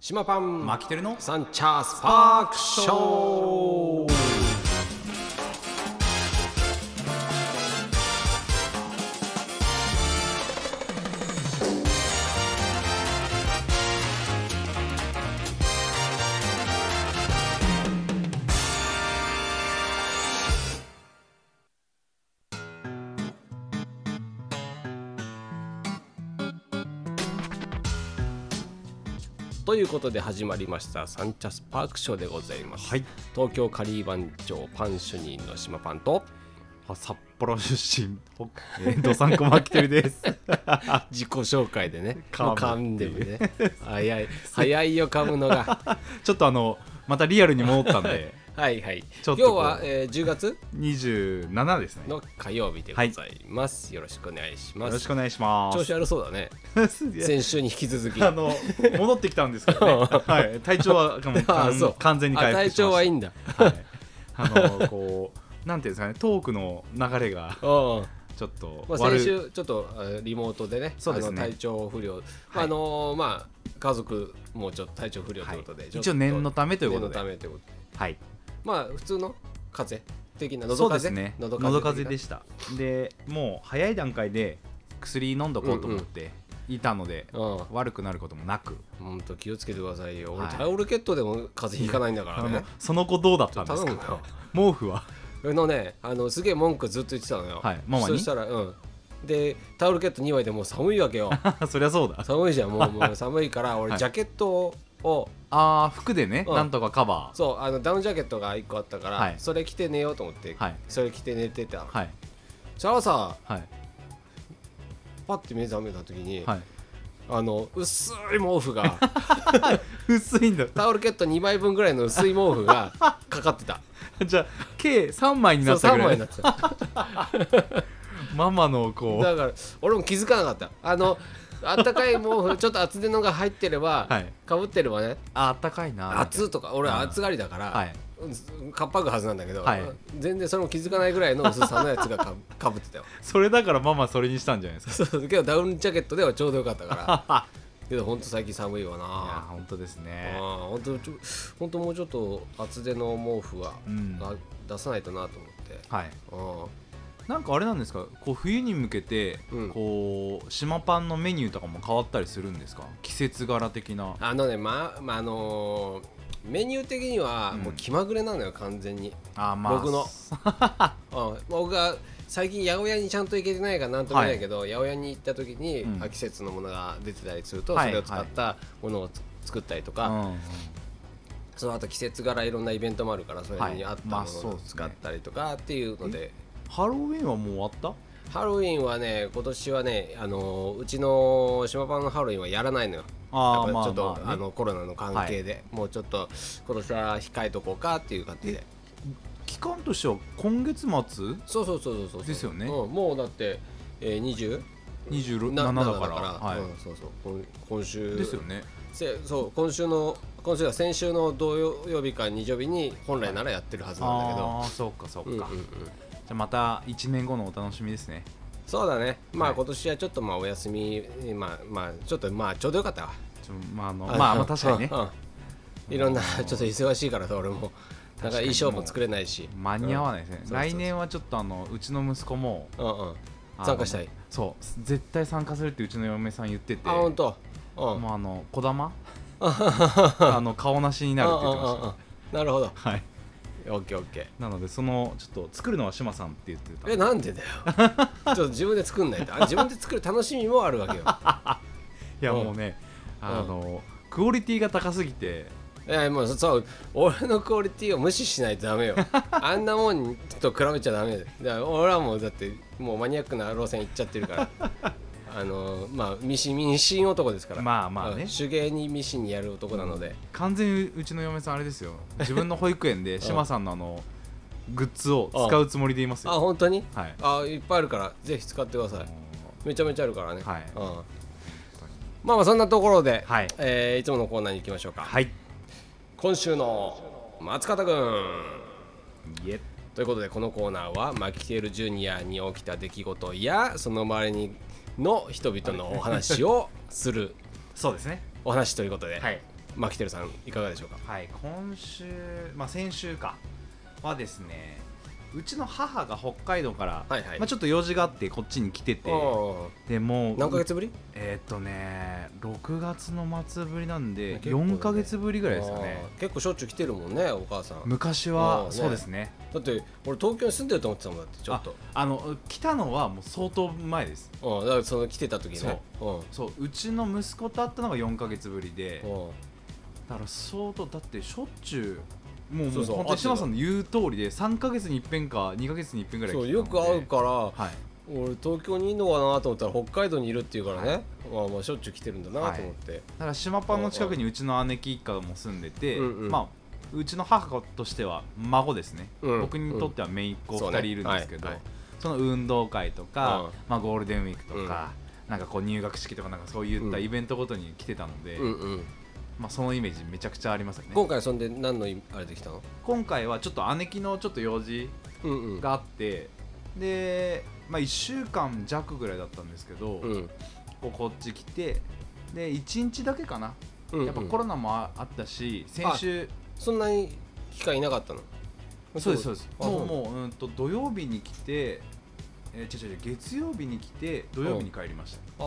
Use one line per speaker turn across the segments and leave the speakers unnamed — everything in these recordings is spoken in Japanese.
島パン
マキテルの
サンチャースパークショーということで始まりましたサンチャスパークショーでございます、
はい
東京カリー番長パン主任の島パンと
あ札幌出身ほえー、ドサンコマキテルです
自己紹介でね
噛む
もう噛んでもね早い早いよ噛むの が
ちょっとあのまたリアルに戻ったんで
はいはい
ち
今
ょっ
日
とこう
は、えー10月
27ですねよ
の火曜日でございます、よろしくお願いします
ろしくお願いします
調子悪そうだね
いや
先週に引き続き
あの戻ってきたんですけど ね、はい、体調はもう
あ
か
あ
ん
そう
完全に回
あ体
復しました
調はいいんだ
はい、あのこうなんていうんですかねトークの流れが
うん
ちょっと
まあ、
悪
先
い、
週ちょっとあリモートでね
そうです
あ
ね
の体調不良、まああのーまあ家族もちょっと体調不良ということで、
はい
ちょっ
一応念のためということ
念
で
のためということで
はい、
まあ普通の風邪的な
そ
喉
う
風
です
邪
ね喉風邪でしたでもう早い段階で薬飲んどこうと思っていたので、
たうん
悪くなることもなく
本当気をつけてくださいよ、
はい
俺タオルケットでも風邪ひかないんだか
あ
ら
の
ね
その後どうだったんです
頼む
か
よ
毛布は
俺のねあのすげえ文句ずっと言ってたのよ、
はいママ
そ
に
したらうんでタオルケット2枚でもう寒いわ けよ
そりゃそうだ
寒いじゃんもうもう寒いから俺
はい
ジャケットを、
あー服でね、
うん
なんとかカバー
そうあのダウンジャケットが1個あったから、
はい
それ着て寝ようと思って、
はい
それ着て寝てた、
はい
じゃあさ
はい
パッて目覚めた時に、
はい
あの薄い毛布が
薄いんだ
タオルケット2枚分ぐらいの薄い毛布が かかってた
じゃあ計3枚に
そ
な
う
った
3
ぐら
枚に
い
なって た
ママのこう
だから俺も気づかなかったあのあったかい毛布ちょっ と厚手のが入ってれば、
はい
かぶってればね
ああったかいな
暑とか俺
うん
暑がりだから、
はい
うんかっぱぐはずなんだけど、
はい
全然それも気づかないぐらいの薄さのやつがかかぶって たよ
それだからママそれにしたんじゃないですか
そうそうけどダウンジャケットではちょうどよかったからけどほんと最近寒いわ
いや
な
本当です
あ
ね
ーほんとちょほんともうちょっと厚手の毛布は、
うん
あ出さないとなと思って
はい
あ
なんかあれなんですかこう冬に向けて、
うん
こう島パンのメニューとかも変わったりするんですか季節柄的な
ーあのねままああのーメニュー的には
うん
もう気まぐれなのよ完全に、
あー
僕のうん、僕が最近八百屋にちゃんと行けてないからなんとも言えないけど、八百屋に行った時に、
うん
あ季節のものが出てたりすると、
はい
それを使ったものをつ作ったりとか、
うん
その後季節柄いろんなイベントもあるからそれに合った
は
も
いまあそ
のを
うですね
使ったりとかっていうので、
ハロウィンはもう終わった
ハロウィンはね今年はねあのうちの島パンのハロウィンはやらないのよ。や
あ
っ
ー
ぱ
まあ
ちょっと、
まあ,、ね、
あのコロナの関係で、もうちょっと今年は控えとこうかっていう感じで
期間としては今月末
そうそうそうそうそう
ですよね
うんもうだって、えー、20
27だ
な
から
はい
は
うん、そうそう今今
い
週
ですよね
せそう今週の今週は先週の土曜日か日曜日に本来ならやってるはずなんだけど、
ああそうかそうか、
うんうんう
じ
ん
ゃあまた1年後のお楽しみですね
そうだねまあ
はい
今年はちょっとまあお休みまあまあちょっとまあちょうどよかったわ
ちょまああのまあまあ確かに ね
うんうんいろんな
あ
ちょ
のー
っと忙しいからさ俺もなんか衣装も作れないし
間に合わないですね、
うん
来年はちょっとあのうちの息子も
うんうん
あの
参加したい
そう絶対参加するってうちの嫁さん言ってて
あ本当うん
もうあの小玉あの顔なしになるって言ってま
うん
し
うんうんなるほど
たはい
オッケーオッ ケ
なのでそのちょっと作るのは志麻さんって言ってた
ーえなんでだよちょっと自分で作んないとあ自分で作る楽しみもあるわけよ
いやもうね
うん
あのクオリティが高すぎて
えもうそう俺のクオリティを無視しないとダメ よあんなもんと比べちゃダメだよだから俺はもうだってもうマニアックな路線行っちゃってるから あのまあミシンミシン男ですから
まあまあね
うん手芸にミシンにやる男なので、
完全にうちの嫁さんあれです よ自分の保育園で志麻さんのあのグッズを使うつもりでいます
あ
よ
本当に
はい
あいっぱいあるからぜひ使ってくださいめちゃめちゃあるからね、
はい
うん、まあまあそんなところで、
はい
えーいつものコーナーに行きましょうか、
はい
今週の松方君
いえ
ということでこのコーナーはマキテールジュニアに起きた出来事やその周りにの人々のお話をする
そうですね
お話ということで、
はい
マキテルさんいかがでしょうか
はい、今週、まあ、先週かはですねうちの母が北海道から、
はいはい
まあ、ちょっと用事があってこっちに来てて
おー
でもう
何ヶ月ぶり
えーっとね6月の末ぶりなんで、
結構ね
4か月ぶりぐらいですかね
あー結構しょっちゅう来てるもんねお母さん
昔
あー
は
ね
そうですね
だって俺東京に住んでると思ってたもんだってちょっと
ああの来たのはもう相当前です
うん、だからその来てた時ねうん
そううちの息子と会ったのが4か月ぶりで
うん
だから相当だってしょっちゅうもう
そうそう
もう本当に島さんの言う通りで3か月に一遍か2か月に一遍ぐらい来
そ
て
う
たの
よ
で
く会うから
はい
俺東京にいるのかなと思ったら北海道にいるっていうからね、まあまあしょっちゅう来てるんだなと思って、
だから島パンの近くにうちの姉貴一家も住んでて、
うんうん
まあうちの母としては孫ですね、
うん
僕にとっては姪っ子
そう
2
ね
人いるんですけど、
はいはい
その運動会とか、
うん
まあ、ゴールデンウィークとか、なんかこう入学式とかなんかそういった
うん
イベントごとに来てたので、
うんうん
まあ、そのイメージめちゃくちゃありますよね
今回そんで何のあれできたの
今回はちょっと姉貴のちょっと用事
うんうん
があってで、まあ、1週間弱ぐらいだったんですけど、
うんうん
こうこっち来てで1日だけかな、
うん
やっぱコロナもああったし先週、
そんなに機会いなかったの
そうですそうです
あ
もう
そ
もう、うん、と土曜日に来てえー、違う違う月曜日に来て土曜日に帰りまし
あ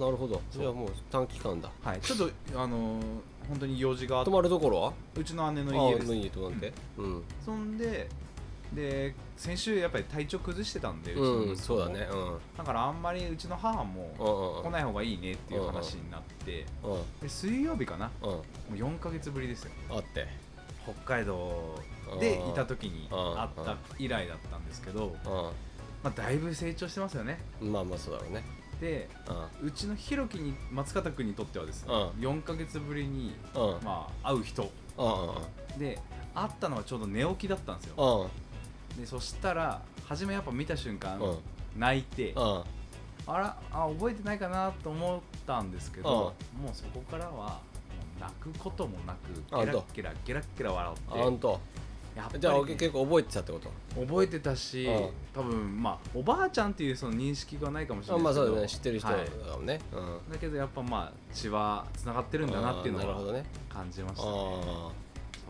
あなるほど
そう
じゃあもう短期間だ
た、はい、ちょっとあのー本当に用事があっ
泊まるところは
うちの姉
あ
の家
ー
です
の家となんてうん
そんでで先週やっぱり体調崩してたんでうちの息子
う
も、
んそうだねうんうん
だからあんまりうちの母
うん
も来ない方がいいねっていう話になって
うんうん
で水曜日かなも
うん
う4ヶ月ぶりですよ
あって
北海道でいた時に
うん
会った以来だったんですけど、
う
まあ、だいぶ成長してますよね
んまあまあそうだろうね
で
う
うちのひろきに松方君にとってはですね、
う
4ヶ月ぶりに、
んうん
まあ、会う人
う
で会ったのはちょうど寝起きだったんですよ
んうん
でそしたら初めやっぱ見た瞬間、
うん
泣いて、
うん
あらあ覚えてないかなと思ったんですけど、もうそこからはもう泣くこともなく
あ
ゲラッゲラゲラッゲラ笑
あ
っ
んと
てやっぱりね
じゃあお結構覚えてたってこと
覚えてたし
うん
多分まあおばあちゃんっていうその認識がないかもしれ
あ
ない
ま
で
あ
すけ
そ
ど
うだね知ってる人だ
はい
もんねうん
だけどやっぱまあ血はつながってるんだなっていう
あーなる
の
ほど
は
ね
感じましたね
あ
そ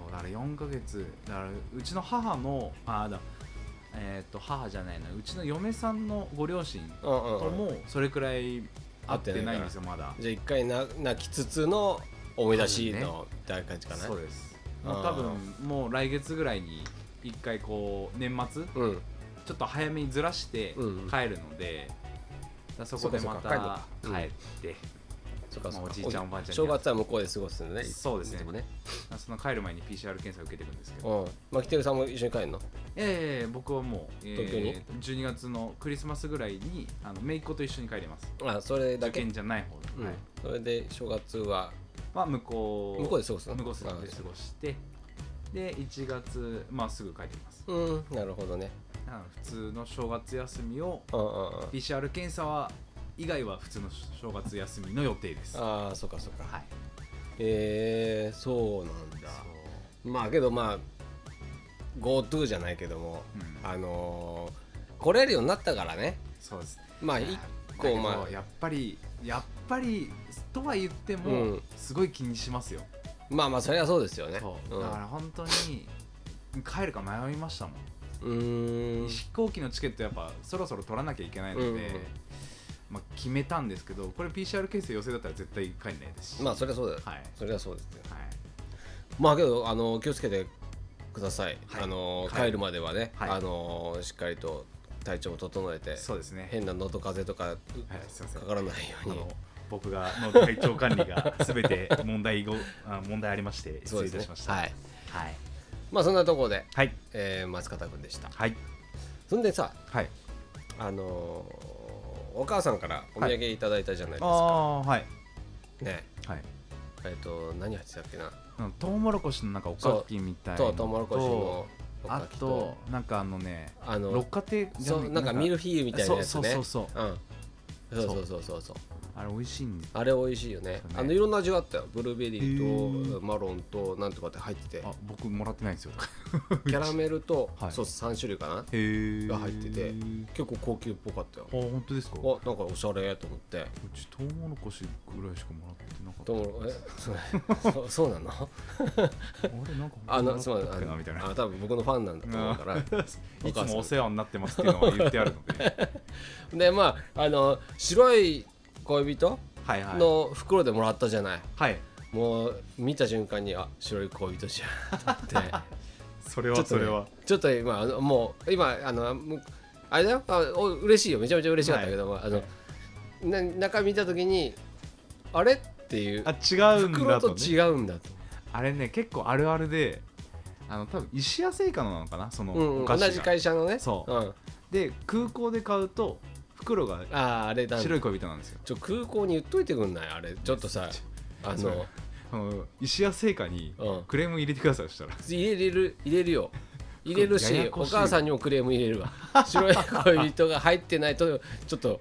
うだから4ヶ月だからうちの母のあだえっ、と母じゃないなうちの嫁さんのご両親
あうん
と
うんうん
もそれくらい会ってないんですよまだ
じゃあ一回な泣きつつの思い出しのみたいな感じかな
そう
う
です
あー
もう多分もう来月ぐらいに一回こう年末
ん
ちょっと早めにずらして
うん
帰るので、だからそこで
そ
ま
うかそうか
た
帰る
帰
のか
って、
そっかそっ
まあ
か
おじいちゃんおばあちゃんに
正月は向こうで過ごすんだね
そうですね
いつもね
その帰る前に PCR 検査を受けていくんですけど、
うんマキテルさんも一緒に帰るの
ええ僕はもう、え
東京に
ー12月のクリスマスぐらいにあの姪っ子と一緒に帰ります
あそれだ
受
け
験じゃない
う
方で、は
ん
い
それで正月は
まあ、向こう
向こうで過ごすの
向こうで過ごしてで1月、まあ、すぐ帰ってきます
うんなるほどね
だから普通の正月休みを
うんうんうん
PCR 検査は以外は普通の正月休みの予定ですは
ああそっかそっか
い
へえそうなんだまあけどまあ GoTo じゃないけども、
うん
あのー来れるようになったからね
そうです
まあ一個
だけ
ま
どやっぱりやっぱりとは言っても、
うん
すごい気にしますよ
あまあまあそれはそうですよね
そう
うん
だから本当に帰るか迷いましたもん、
うーん
飛行機のチケットやっぱそろそろ取らなきゃいけないので、
うんうん
まあ、決めたんですけどこれ PCR 検査陽性だったら絶対帰んないですし
まあそれはそうだよ、
はい、はい、
それはそうですよまあけどあの気をつけてください、
はい
あの
はい
帰るまではね、
はい
あのしっかりと体調も整えて
そうですね
変な喉風邪とか
はいすいません
かからないよう
あ
に
の僕がの体調管理 がすべて問題ごあ問題ありまして
そ
失
う
礼
で
い
すね
たしました、
はい
はい
まあそんなところで、
はい
えー松方君でした
はい
そんでさ
はい
あのーお母さんからお土産いただいたじゃないです
あ
か、
あはい
ね
はい
えっ、と何入ってたっけな
うんトウモロコシのなんかおかきみたいな
とうとうもろこしのお
あ
かき
となんかあのね
あの
六花亭じゃ
そうなんかミルフィーユみたいなやつね
そうそうそう
うんそうそうそうそうそう
あれ美味しいんで
あれ美味しいよね
そうね
あのいろんな味があったよブルーベリーと
へ
マロンとなんとかって入ってて
あ僕もらってないんですよ
キャラメルと
はい
ソース3種類かな
へえ
が入ってて
あ
結構高級っぽかったよ
本当ですかう
おなんかおしゃれと思って
ちトウモロコシぐらいしかもらってなかった
ともえそそそうなの
あれなんか
あ
も
の
らっ
すみま
たっ
せ
け
んあ
みたい
の
な
あ多分僕のファンなんだと思うから
いつもお世話になってますっていうのは言ってあるので
でまああの白い恋人
はいはい
の袋でもらったじゃない、
はい
もう見た瞬間にあ白い恋人じゃんって
それ
ちょ
は
っと
そ
ね
れは
ちょっと今あのもう今あのむあれだよあお嬉しいよめちゃめちゃ嬉しかったけども、あのな中見た時にあれっていう
あ違うん
袋
だと
と
ね
違うんだと
あれね結構あるあるであの多分石屋製菓のなのかなその
うんう
お
ん、
菓子が、
同じ会社のね、
そうん
あ
で空港で買うと袋が
ああれだ
白い恋人なんですよ
ちょ空港に言っといてくんないあれちょっとさあ
そう
の
あの石屋製菓に
うん
クレーム入れてくださいそしたら
入れる入れるよ入れるし
ややこ
お
しい
母さんにもクレーム入れるわ白い恋人が入ってないとちょっと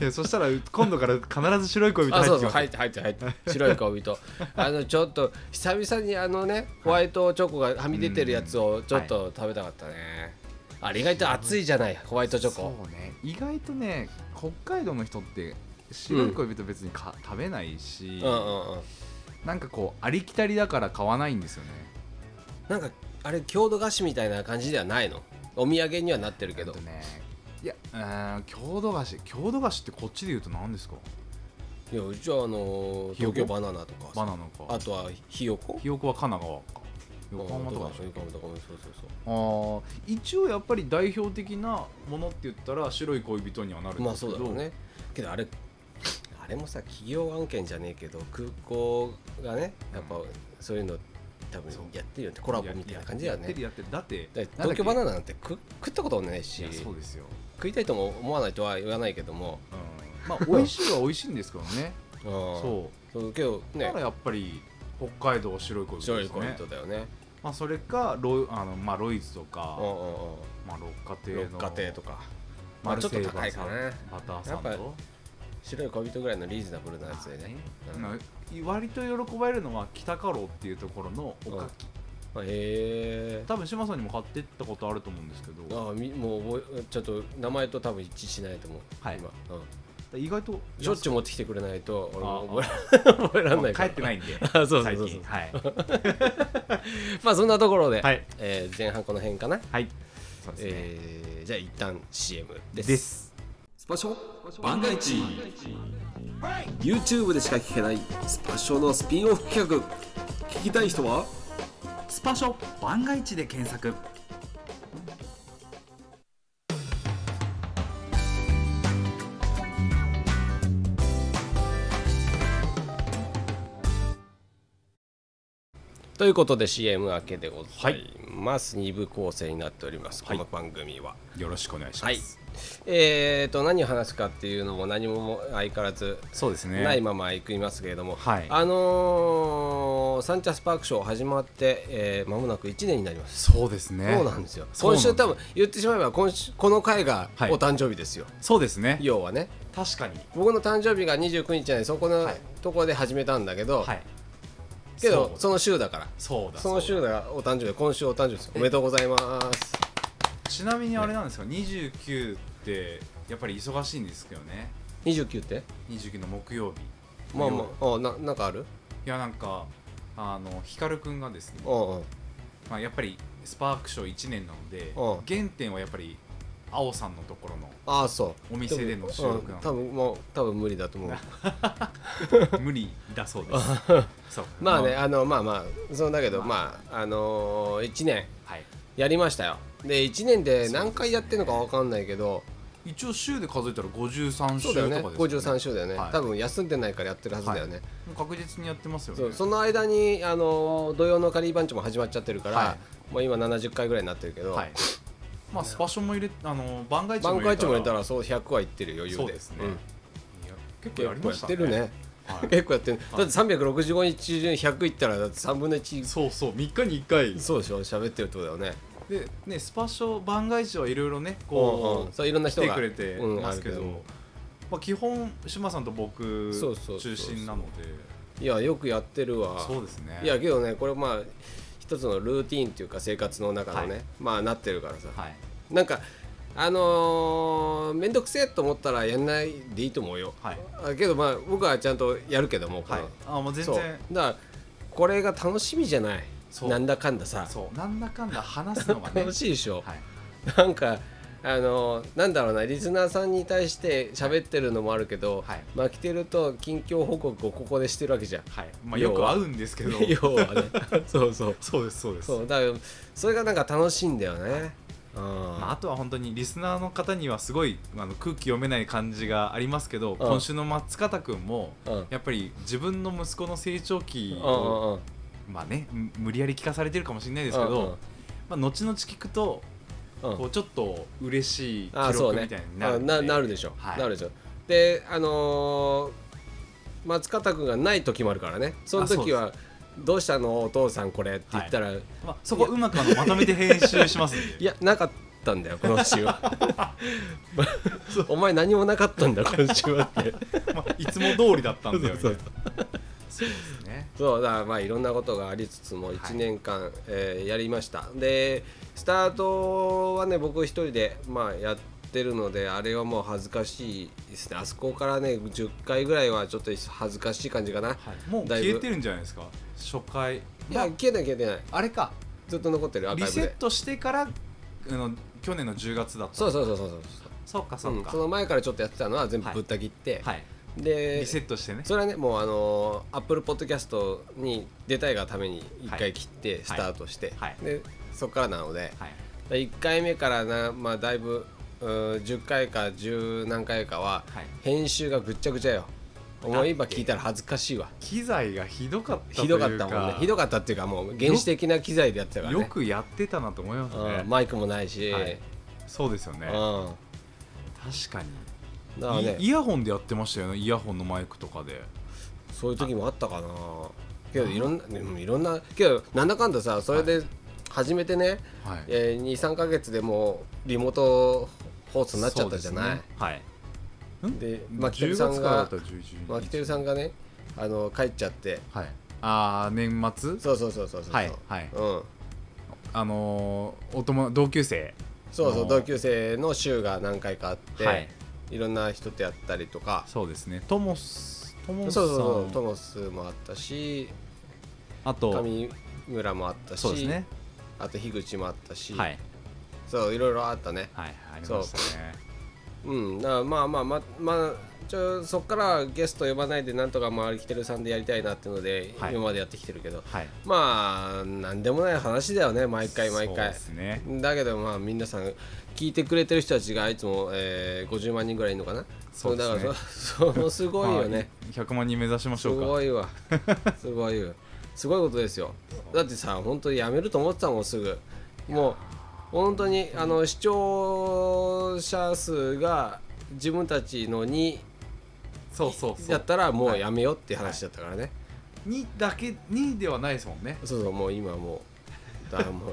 いやそしたら今度から必ず白い恋人
あ
入
そ
っ
う
て
そ
き
う
ます
入って入って入って白い恋 人あのちょっと久々にあのねホワイトチョコがはみ出てるやつをちょっと食べたかったね、あれ意外と熱いじゃないホワイトチョコ
そうね意外とね北海道の人って白い恋人別にか、食べないし、
うんうんうん
なんかこうありきたりだから買わないんですよね
なんかあれ郷土菓子みたいな感じではないのお土産にはなってるけど
あとねいやうーん郷土菓子郷土菓子ってこっちで言うと何ですか
いやうちはあのー
ひよ
東
こ
京バナナとか
バ
さ
ナナか
あとはひよこ
ひよこは神奈川か横浜とかでしょ
横浜とかそうそうそう
あー一応やっぱり代表的なものって言ったら白い恋人にはなるん
まあ
です
そ
け
う
ど
だろうねけどあれあれもさ企業案件じゃねえけど空港がねやっぱそういうの多分
そう
やってるよねコラボみたいな感じだよ
やってる
ね
やってるだって
だから東京バナ
ナ
ナなんて食食ったこともないし
そうですよ、
食いたいとも思わないとは言わないけども、
う ん、まあ美味しいは美味しいんですけどね
うん、
そう
そうけど
うだ
ね
からやっぱり北海道は白い恋人
白
で
い
す
恋
ね
人だよね
まあそれかロイあの、まあ、ロイズとか、
うんうんうん
まあ、六花亭の
六花亭とかま
マ
あ
ル
ちょ
セ
っと
イバー
高いかな
バターサン
やっぱ
ド
白い恋人ぐらいのリーズナブルなやつでねうん
まあ割と喜ばれるのは北家老っていうところのおかき、
まあへえ
多分島さんにも買ってったことあると思うんですけど
ああみもう覚えちょっと名前と多分一致しないと思う、
はい
今、うん、
意外と
しょっちゅう持ってきてくれないと俺も覚 えら覚えらんない
帰
から
ってないんで
あそうそうそうそう
最近はい
まあそんなところで、
はい
えー前半この辺かな、
はいそうですね、
えーじゃあ一旦 CM です
です
スパショ番外地 YouTube でしか聞けないスパショのスピンオフ企画聞きたい人は
スパショ番外地で検索
ということで CM 明けでございます、二部構成になっておりますこの番組は、
よろしくお願いします、
はい、えー、と何を話すかっていうのも何も相変わらず
そうですね
ないまま行きますけれども、
はい
あのーサンチャスパークショー始まって、えー間もなく1年になります。
そうですね
そうなんですよ
そう
今
なん
週多分言ってしまえば今週この回が
はい
お誕生日ですよ、
そうですね
要はね
確かに
僕の誕生日が29日なんでそこの
はい
とこで始めたんだけど、
はい
けど
そう
その週だから
そうだ
その週
そうだ
がお誕生日今週お誕生日ですおめでとうございます
ちなみにあれなんですよ29ってやっぱり忙しいんですけどね
29って
29の木曜日
まあまああななんかある
いやなんかあの光くんがですね、
うんうん
まあ、やっぱりスパークショー1年なので
うん
原点はやっぱり青さんのとこ ろの
ああそう
お店での収録
う
なの
ん多分もう多分無理だと思う
無理だそ うですそう
まあね
は
あのまあまあそうだけど
ま
まああのー、1年
い、
やりましたよで1年で何回やってるのかわかんないけど
一応週で数えたら53
そ
週
うだよ
と
ね
かですよ
53週だよね、
はい
多分休んでないからやってるはずだよね、
もう確実にやってますよ
そう
ね
その間に、あのー土曜のカリー番長も始まっちゃってるから、
は
もう今70回ぐらいになってるけど、
はいまあスパショも入れあの番外地も
番
入れ
外地
た
も
ら
入れたらそう100は言ってる余裕で
そうですね、
ん
いや結構やり
結構
ま
や
し
ったて
ね
るね、
はい
結構やってるだって365日中に100いったらだって3分の1
そうそう3日に1回
そうでしょ喋ってるってことだよね
でねスパショ番外地はいろいろね
うん
こ
うん
う
そういろんな
来
人
て
が
くれて
うん
ますけど、
ある
まあ、基本島さんと僕
そうそうそうそう
中心なので
いやよくやってるわ
そうですね
いやけどねこれまあ一つのルーティーンっていうか生活の中のね、
はい
まあなってるからさ、
はい
なんかあのー、めんどくせえと思ったらやんないでいいと思うよ、
はい
あけどまあ僕はちゃんとやるけどもこ
は
の
いあもう全
そう
然
だからこれが楽しみじゃない
そう
なんだかんださ
そうなんだかんだ話すのが ね
楽しいでしょ、
はい
なんかあのなんだろうなリスナーさんに対して喋ってるのもあるけど、
はい
まあ来てると近況報告をここでしてるわけじゃん
はいまあ、
要
よ
は
く会うんですけど
要はね そうそう
そうですそうです
そうだからそれがなんか楽しいんだよね、うん
まあ、あとは本当にリスナーの方にはすごいあの空気読めない感じがありますけど、今週の松方君も、
うん
やっぱり自分の息子の成長期
うん
を、
うんうん
まあねむ無理やり聞かされてるかもしれないですけど、まあ、後々聞くと、
うんうん
こうちょっと嬉しい記
ああそう
録
ね
みたいにな
あ
るんで
ななるでしょ、
はい
なるでしょであのー松方君がない時もあるからねその時は「どうしたのお父さんこれ」って言ったら、い、
まあ、そこうまくあのまとめて編集 しますんで
やなかったんだよこの 週はお前何もなかったんだ今週はって
ま あ、いつも通りだったんだよみたいな
そ
そうですね
そうだからまあいろんなことがありつつも1年間、えーやりましたでスタートはね僕一人で、まあ、やってるのであれはもう恥ずかしいですねあそこからね10回ぐらいはちょっと恥ずかしい感じかな、
はい、もう
だいぶ
消えてるんじゃないですか初回
いや消えてない消えてない
あれか
ずっと残ってるアー
リ
カイブ
セッ
で
トしてからあの去年の10月だった
そうそうそうそうそう
そうか
そ、
そうう
うん、
か、
その前からちょっとやってたのは全部ぶった切って、
はい
で
リセットしてね
それはねもうあのー Apple Podcast に出たいがために1
は
回
い
切ってスタートして、
はい
でそこからなので、
はい
1回目からな、まあ、だいぶうー10回か10何回かは
はい
編集がぐっちゃぐちゃよ思えば
だって
聞いたら恥ずかしいわ
機材がひどかったとい
ひど
うか
かったもんねひどかったっていうかもう原始的な機材でやってたからね
よくやってたなと思いますね
うん、マイクもないし、
はいそうですよ
う
ね
んだ
確かに
からね
イイヤホンでやってましたよねイヤホンのマイクとかで
そういう時もあったかなけどいろんなうんいろんなけどなんだかんださそれで初めてね、
はい
えー、23か月でもうリモート放送になっちゃったじゃない
そうですねはい
で牧
10
輝
月
さ
か
ん
らだ
が
ったら11
牧輝さんがねあの帰っちゃって
はいああ年末
そうそうそうそうそう
はいはい
うん、
あのーお友同級生
そうそ
あ
う
の
同級生の週が何回かあって、
はい
い、ろんな人とやったりとか
そうですねトモス
そ
トモ
う
スさ
そ
ん
うそうトモスもあったし
あと
上村もあったし
そうですね
あと樋口もあったし、
はい
そういろいろあったね
はいありましたね
うんだからまあまあままあちょそっからゲスト呼ばないでなんとか周りきてるさんでやりたいなっていうので、
はい
今までやってきてるけど
はい
まあなんでもない話だよね毎回毎
そう
回
ですね
だけどまあ皆さん聞いてくれてる人たちがいつも、えー、50万人ぐらいいるのかな
そうですね
だからそ そのすごいよね、
まあ100万人目指しますしょうか
ごいわすごいわすごいことですよだってさ本当にやめると思ってたもんすぐもう本当にあの視聴者数が自分たちの2
そうそうそ
やっ
う
たらもうやめようって話だったからね、
2だけ2ではないですもんね
そうそうもう今もうだも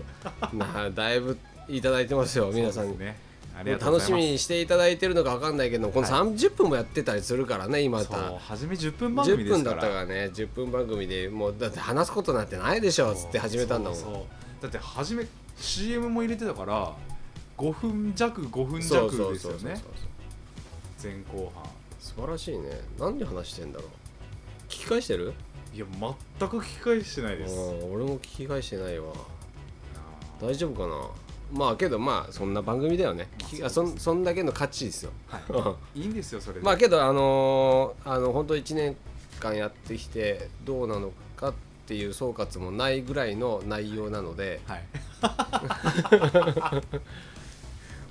うなだいぶいただいてますよ皆さんに
そうですねありがとうご
楽
ざ
し
います
みにしていただいてるのか分かんないけどこの
は
30分もやってたりするからね今
そう
た
初め10分番
10
組です
分
か
だ
ら
ったからね10分番組でもうだって話すことなんてないでしょっつって始めたんだもん
そうそうだって初め CM も入れてたから5分弱5分
そ
弱
うそう
です
そう
よ
そう
ね前後半
素晴らしいね何で話してんだろう聞き返してる
いや全く聞き返してないです
うん俺も聞き返してないわ
あ
大丈夫かなまあけどまあそんな番組だよね、
まあ
きあそんそんだけの価値ですよ
ーはいいいんですよそれで
まあけどあのーあの本当1年間やってきてどうなのかっていう総括もないぐらいの内容なので
はい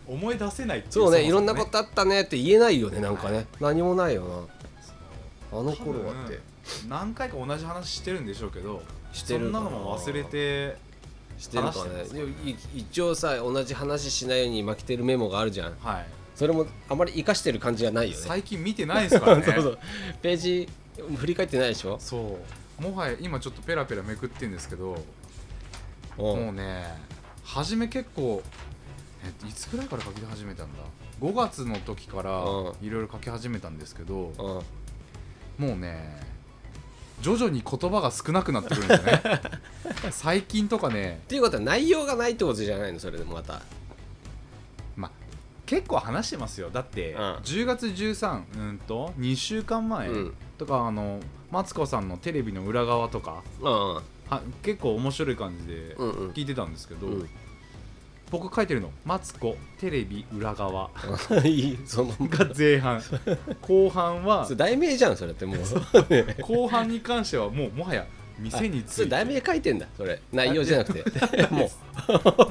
思い出せないってい
そうねい
も
ろ
も
んなことあったねって言えないよねなんかね、
はい
何もないよなあの
多分
頃はって
何回か同じ話してるんでしょうけど
してる
そんなのも忘れて
してるか
話してま
ね
す
でもい一応さ同じ話しないように巻きてるメモがあるじゃん
はい
それもあまり生かしてる感じがないよね
最近見てないですからね
そうそうページ振り返ってないでしょ、
そうもはや今ちょっとペラペラめくってるんですけど
うん
もうね初め結構えっといつぐらいから書き始めたんだ5月の時から
うん
いろいろ書き始めたんですけど
うん
もうね徐々に言葉が少なくなってくるんで すよね最近とかね
っていうことは内容がないってことじゃないのそれでもまた
まあ結構話してますよだって、
うん
10月13うんと2週間前
うん
とか、あのマツコさんのテレビの裏側とか
うんうん
は結構面白い感じで
うんうん
聞いてたんですけど、
うん
僕書いてるの「マツコテレビ裏側
いいその」
が 前半後半は
それ題名じゃんそれってもう
後半に関してはもうもはや店につ
それ
いて
題名書いてんだそれ内容じゃなくて も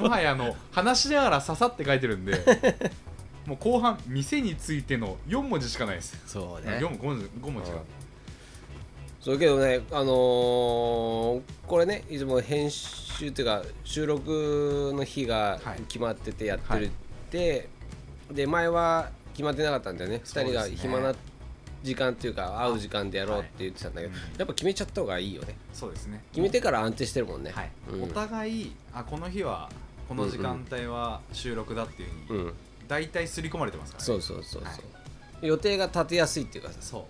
う
もはやあの話しながらささって書いてる んでもう後半店についての4文字しかないです
そうね
4文字5文字
う
か
んそうけどねあのーこれねいつも編集っていうか収録の日が
はい
決まっててやってるって、で前は決まってなかったんだよね
そう
2
で
人
すね
が暇な時間っていうか会う時間でやろうって言ってたんだけど、
はいうん
やっぱ決めちゃった方がいいよね
そうですね
決めてから安定してるもんね
はい、
うん
お互いあこの日はこの時間帯は収録だっていうふ
う
うに
ん
大体刷り込まれてますから、ね
そうそうそうそう、
はい
予定が立てやすいっていうかさ
そ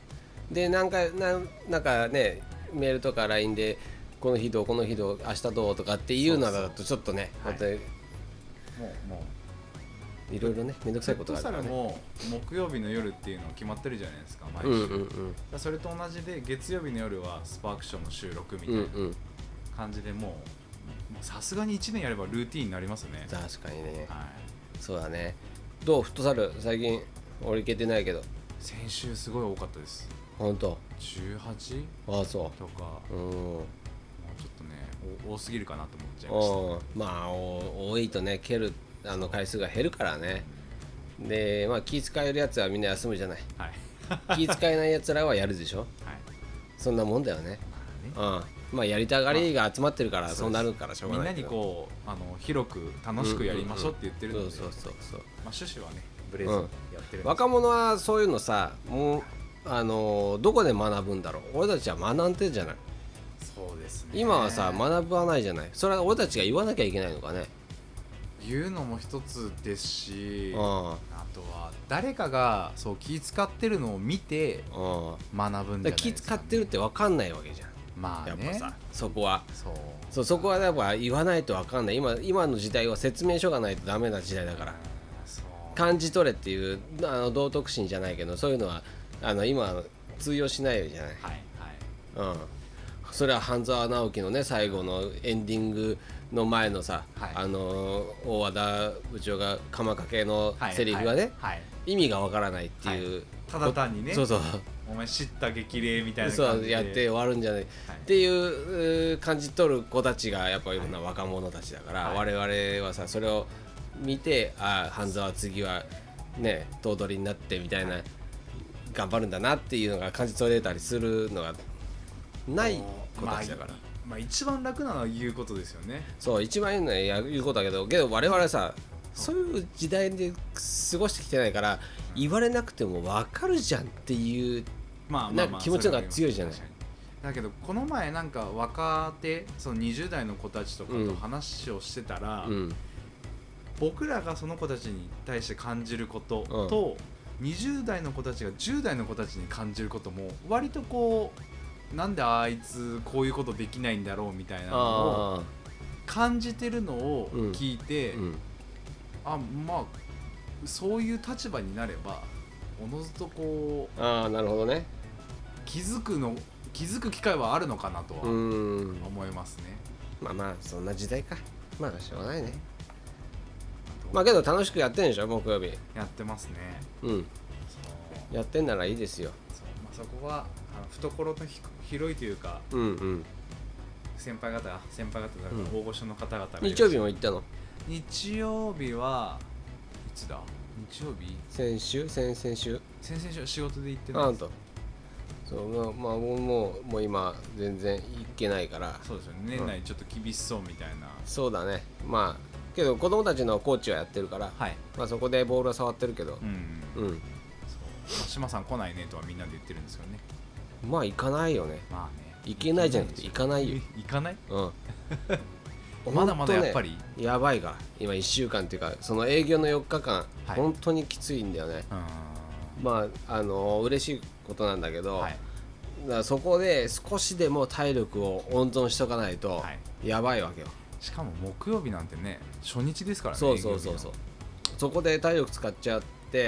う
でなんかなんなんかねメールとか LINE でこの日どうこの日どう明日どうとかっていうのだとちょっとね
そう
ま
そ
た
う
い
もうも
ろいろねめんど
う
くさいことがあるから
フットサル
ね
も木曜日の夜っていうのは決まってるじゃないですか毎週、
うんうん
だからそれと同じで月曜日の夜はスパークションの収録みた
う
い
んう
なん
うん
感じでもうもうさすがに1年やればルーティーンになりますよね
確かにね
はい
そうだねどうフットサル最近俺行けてないけど
先週すごい多かったです
ほんと
18
ああそ
とかも
ううん
うちょっとねお多すぎるかなと思っちゃいました
うんまあお多いとね蹴るあの回数が減るからねでまあ気使えるやつはみんな休むじゃない
はい
気使えないやつらはやるでしょ
はい
そんなもんだよねうん、まあやりたがりが集まってるから
まあ
そうなるからしょう
み
が
ん
な
ない
け
に
ど
こうあの広く楽しくやりましょうって言ってるので、
そうそうそうそう
まあ、趣旨はねブレずにやってるんですけど、
若者はそういうのさもうあのーどこで学ぶんだろう俺たちは学んでるじゃない
そうですね
今はさ学ばないじゃないそれは俺たちが言わなきゃいけないのかね
言うのも一つですし
う
あ
ん
とは誰かがそう気使ってるのを見て
うん
学ぶんじ
だ
ゃないです
から
か、ね、
気使ってるって分かんないわけじゃん、
まあ
やっ
ね
ぱさそこは
そう
そうそこはやっぱ言わないと分かんない今今の時代は説明書がないとダメな時代だから
そう
感じ取れっていうあの道徳心じゃないけどそういうのはあの今通用しないじゃない、
はいはい
うん、それは半沢直樹のね最後のエンディングの前のさ、
はい
あの大和田部長が鎌掛けの
はい
セリフがね、
はいはい
意味がわからないっていう、
ただ単にね
そうそう
お前知った激励みたいな
そ
感
う
じで
やって終わるんじゃない、
はい
っていううー感じ取る子たちがやっぱいろんな若者たちだから、
はい
我々はさそれを見てああ半沢次はね頭取になってみたいな頑張るんだなっていうのが感じ取れたりするのがない子たちだから、
まあまあ一番楽なのは言うことですよね
そう一番言うのはや言うことだけどけど我々はさそういう時代で過ごしてきてないから言われなくても分かるじゃんっていう
まあま
な
あ
ん
ま
か
あ
気持ちの方が強いじゃない
それはあります確かにだけどこの前なんか若手その20代の子たちとか
う
と
ん
話をしてたら、
うん
僕らがその子たちに対して感じることと、20代の子たちが10代の子たちに感じることも割とこうなんであいつこういうことできないんだろうみたいなのを
ああ
感じてるのを聞いて、
うん
あまあそういう立場になればおのずとこう
ああなるほどね
気づくの気づく機会はあるのかなとは
うん
思いますね。
まあまあそんな時代かまあしょうがないねまあけど楽しくやってんでしょ木曜日
やってますね。
うん
そう
やってんならいいですよ
そうまあ、そこはあの懐のひ広いというか
うんうん
先輩方先輩方だから
うん
大御所の方々がいる
日曜日も行ったの
日曜日はいつだ日曜日
先週先々週
先々週は仕事で行って
あ
ない
んとそうまあまあもうもうもう今全然行けないから
そうですよね年内ちょっと厳しそうみたいな、
そうだねまあけど子供たちのコーチはやってるから、
はい
まあ、そこでボールは触ってるけど
う、んそう
うん
まあ島さん来ないねとはみんなで言ってるんですよね
まあ行かないよね
まあね
行けないじゃなくて行かないよ
行かない
うん
まだまだやっぱり、
ほんとねやばいが今1週間っていうかその営業の4日間、
はい
本当にきついんだよね
う
まああの嬉しいことなんだけど、
んはい
だからそこで少しでも体力を温存しとかないと
はい
やばいわけよ、
しかも木曜日なんてね初日ですからね
そうそうそうそう
営業日
そこで体力使っちゃって
のう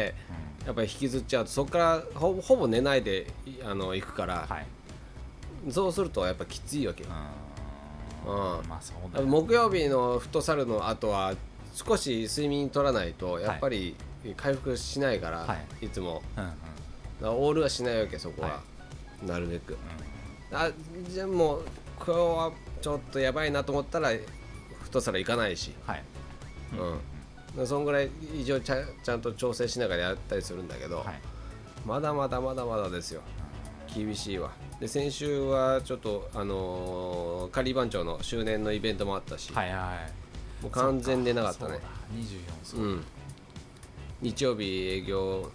ん
やっぱり引きずっちゃうとそこからほぼほぼ寝ないでいあの行くから、
はい
そうするとやっぱきついわけよ、
うん
うん
まあそうだ
あの
ね
木曜日のフットサルの後は少し睡眠取らないとやっぱり回復しないから、、
はい
つも
うんうん
だからオールはしないわけそこは、
は
なるべくあじゃあもう今日はちょっとやばいなと思ったらフットサル行かないし
はい
うん、そんぐらい以上ちゃちゃんと調整しながらやったりするんだけど、
はい
まだまだまだまだですよ厳しいわで先週はちょっとあのー、仮番長の周年のイベントもあったし、
はいはい
もう完全でなかった
そ
ね
うだ24そう
う
だ
ん日曜日営業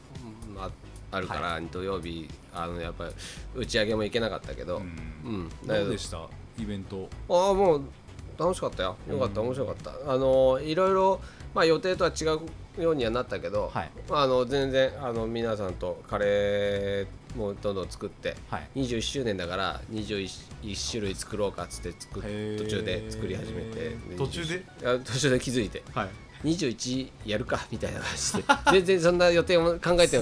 うんああるから、土曜日あのやっぱり打ち上げも行けなかったけど、
う
うん
ん
だけ
ど
ど
うでしたイベント
ああもう楽しかったよよかった面白かった、あのいろいろ、まあ、予定とは違うようにはなったけど、
はい
まああの全然あの皆さんとカレーもどんどん作って
はい
21周年だから21種類作ろうかっつって作っ
へー
途中で作り始めてで
途中で
20あ途中で気づいて
はい
21やるかみ たいな感じで全然そんな予定も考えて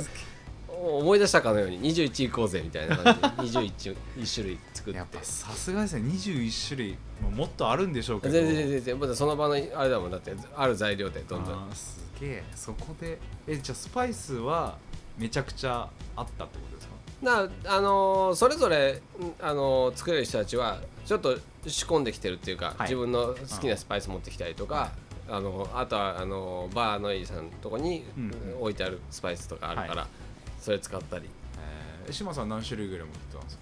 思い出したかのように21行こうぜみたいな感 じで21一種類作って
やっぱさすがですね21種類まあもっとあるんでしょうけ
全
ど
然全然全然まだその場のあれだもんだってある材料でどんどん
あーすげえそこでえじゃあスパイスはめちゃくちゃあったってことですか
なあのーそれぞれ、んあのー作れる人たちはちょっと仕込んできてるっていうか、
はい
自分の好きなスパイス持ってきたりとか、あのあとはあのーバーノイさんのとこに、
うんうん
置いてあるスパイスとかあるから、
は
それ使ったり
えー、志麻さん何種類ぐらい持ってたんです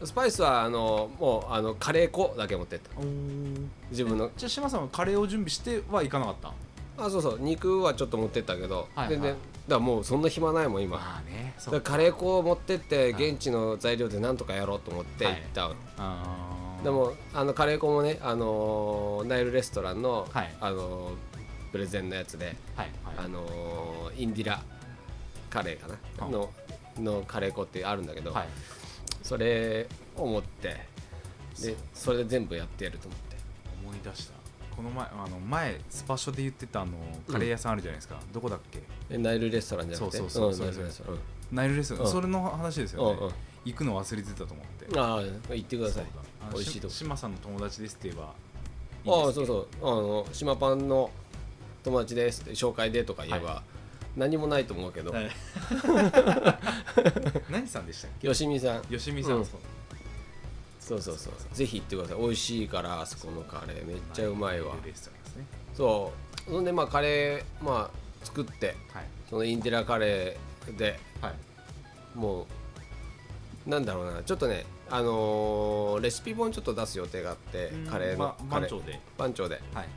か
スパイスはあのーもうあのカレー粉だけ持ってった
おー
自分の
じゃあ志麻さんはカレーを準備してはいかなかった
あそうそう肉はちょっと持ってったけど、
はいはい
全然だからもうそんな暇ないもん今、
まあねそ
だからカ
う
レー粉を持ってって
はい
現地の材料でなんとかやろうと思って行った、
あー
でもあのカレー粉もね、あのーナイルレストランの、
はい
あのープレゼンのやつで、
はいは
あ
い
のーインディラカレーかな、
はい
ののカレー粉ってあるんだけど、
はい
それを持ってでそれで全部やってやると思って
思い出したこの前あの前スパショで言ってたあのカレー屋さんあるじゃないですか、どこだっけ
えナイルレストランじゃなくて
そうそうそうんそ
ナイ
れ
ル
それ
レストラン
ナイルレストラン、
うん
それの話ですよね、
うんうん
行くの忘れてたと思って
うんああ行ってください
そうだあの
美味しいとこ
し志麻さんの友達ですって言えば
ああ
いいんです
そ
け
うそうあの島パンの友達ですって紹介でとか言えば、何もないと思うけど、
はい 何さんでしたっ
吉見さん
け吉見さん、
うん
そう
そうそうそうぜひ行ってください美味しいからあそこのカレーめっちゃうまいわ
ナイルレストランですね
そうそんでまあカレーまあ作って
はい
そのインディラカレーで
はい
もうなんだろうなちょっとねあのーレシピ本ちょっと出す予定があって
うん
カレーのカ
ま
レ
番長
ー
で
番長で
はい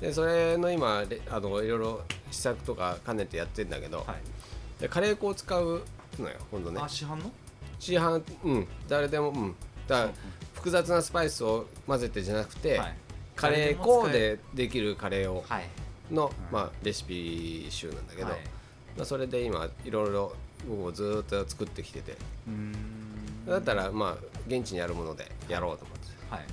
でそれの今レあのいろいろ試作とか兼ねてやってんだけど、
はい、
でカレー粉を使うのよ今度ね
あ市販の
市販うん誰でもうんだから複雑なスパイスを混ぜてじゃなくて、
はい
カレー粉でできるカレーを
はい
の、
うん
まあ、レシピ集なんだけど、
はい
まあ、それで今いろいろ僕もずーっと作ってきてて
うーん
だったらまあ現地にあるものでやろうと思って
はい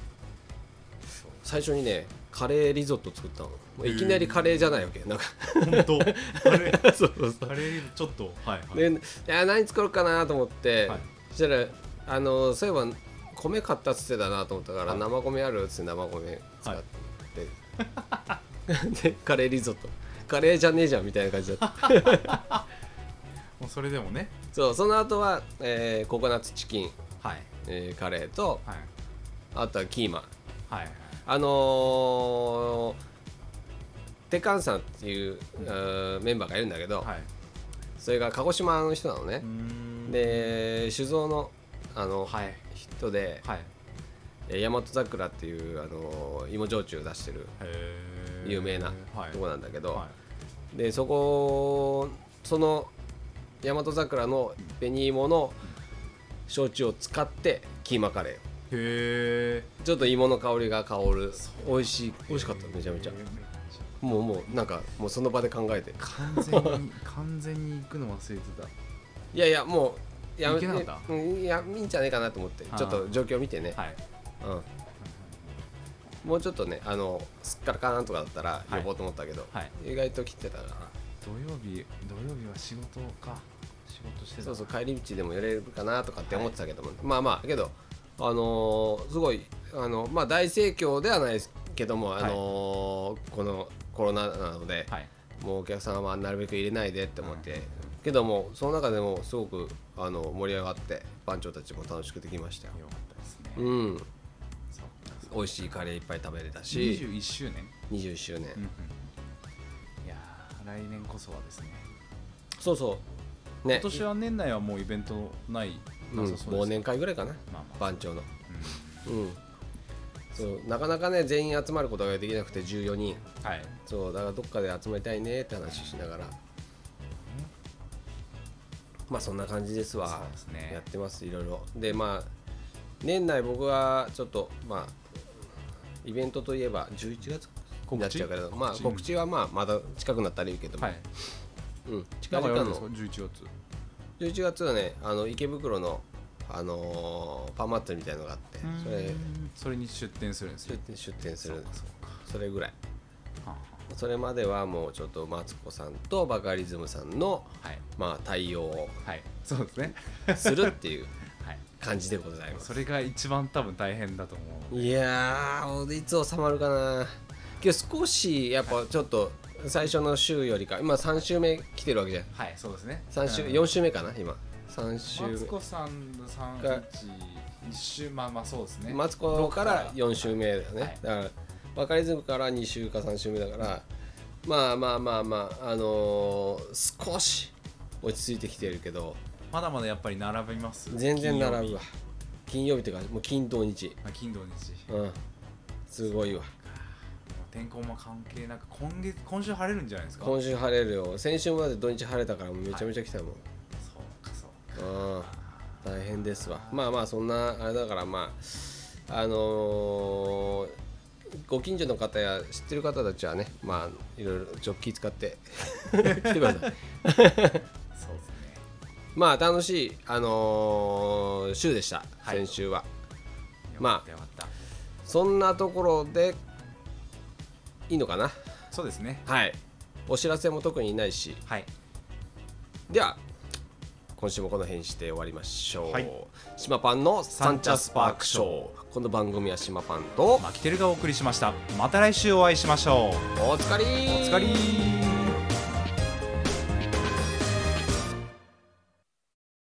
最初にねカレーリゾット作ったのもういきなりカレーじゃないわけなんか
本当あれ
そうそうそ
あれちょっとはいは
う
い
でいや何作ろうかなと思って、
はい
そしたらあのそういえば米買ったっつってたなと思ったから、
はい
生米あるっつって生米使って、 でカレーリゾットカレーじゃねえじゃんみたいな感じだった
もうそれでもね
そうその後は、えーココナッツチキン、
はい
えーカレーと
はい
あとはキーマ
はい
あのー、テカンさんっていう、あーメンバーがいるんだけど、
はい
それが鹿児島の人なのね
うー、ん
で酒造のあの、
はい
人で、
はい
えー大和桜っていう、あのー芋焼酎出してる
へー
有名な
はい
とこなんだけど、
は
でそこその大和桜の紅芋の焼酎を使ってキーマカレーを
いへえ
ちょっと芋の香りが香る美味しい美味しかっためちゃめちゃ
へえ
もうもうなんかもうその場で考えて
完全 に完全に行くの忘れて
いやいやもうやめて
いけなかった
うんいやいいんじゃないかなと思って
あー
ちょっと状況見てね
た、はい
うん、もうちょっとねあのすっからかなんとかだったら
はい
呼ぼうと思ったけど、
はい
意外と切ってたから
土曜日土曜日は仕事か仕事してた
そうそう帰り道でもやれるかなとかって思ってたけども、まあまあけどあのーすごいあのまあ大盛況ではないですけどもあのーこのコロナなので、
はい
もうお客さんはなるべく入れないでって思って、けどもその中でもすごくあの盛り上がって番長たちも楽しくできましたよ
よかったですね、
うん
そうか
美味しいカレーいっぱい食べれたし
21周年、
20周年、
いやー来年こそはですね
そうそうね
今年は年内はもうイベントない
うん
なさそう
忘
です
年会ぐらいかな
まあまあ
番長の
う
うんそうなかなかね全員集まることができなくて14人
んはい
そうだからどっかで集まりたいねって話しながらまあそんな感じですわ
そうですね
やってますいろいろでまあ年内僕はちょっとまあイベントといえば11月になっちゃうからまあ
告知
告知はまあまだ近くなったらいいけども、
はい
うん、近
だ
々
からやるんですか
の
11月
11月はねあの池袋の、あのーパンマットみたいのがあってそれ
うんそれに出店するんです
出
よ
店出店す
そう
る
かそうか
それぐらい
は
それまではもうちょっとマツコさんとバカリズムさんの
あはい
まあ対応を
はいそうですね
するっていう
はい
感じでございます
それが一番多分大変だと思う
いやーいつ収まるかなけど少しやっぱちょっと最初の週よりか今3週目来てるわけじゃん
はいそうですね
三週、
うん
4週目かな今3週
マツコさんの三
が
一一週まあまあそうですね
マツコから4週目だよね、
はい
だからバカリズムから2週か3週目だから、まあまあまあまああのー少し落ち着いてきてるけど
まだまだやっぱり並びます
全然並ぶ
金曜
わ金曜日というかもう金土日
日まあ金土日
うんすごいわ
天候も関係なく今月今週晴れるんじゃないですか
今週晴れるよ先週まで土日晴れたからもうめちゃめちゃ来たもん、
そうかそう
うん大変ですわまあまあそんなあれだからまああのーご近所の方や知ってる方たちはねまあいろいろジョッキ使って 来てください
かそうですね
まあ楽しいあのー週でした、
はい
先週は
よか
ま
っ
あ
たよかった
そんなところでいいのかな
そうですね
はいお知らせも特にないし
はい
では今週もこの辺にして終わりましょう、
はい
島パンのサンチャスパークショーこの番組は島パンと
マキテルがお送りしましたまた来週お会いしましょう
おつかりお
お疲れ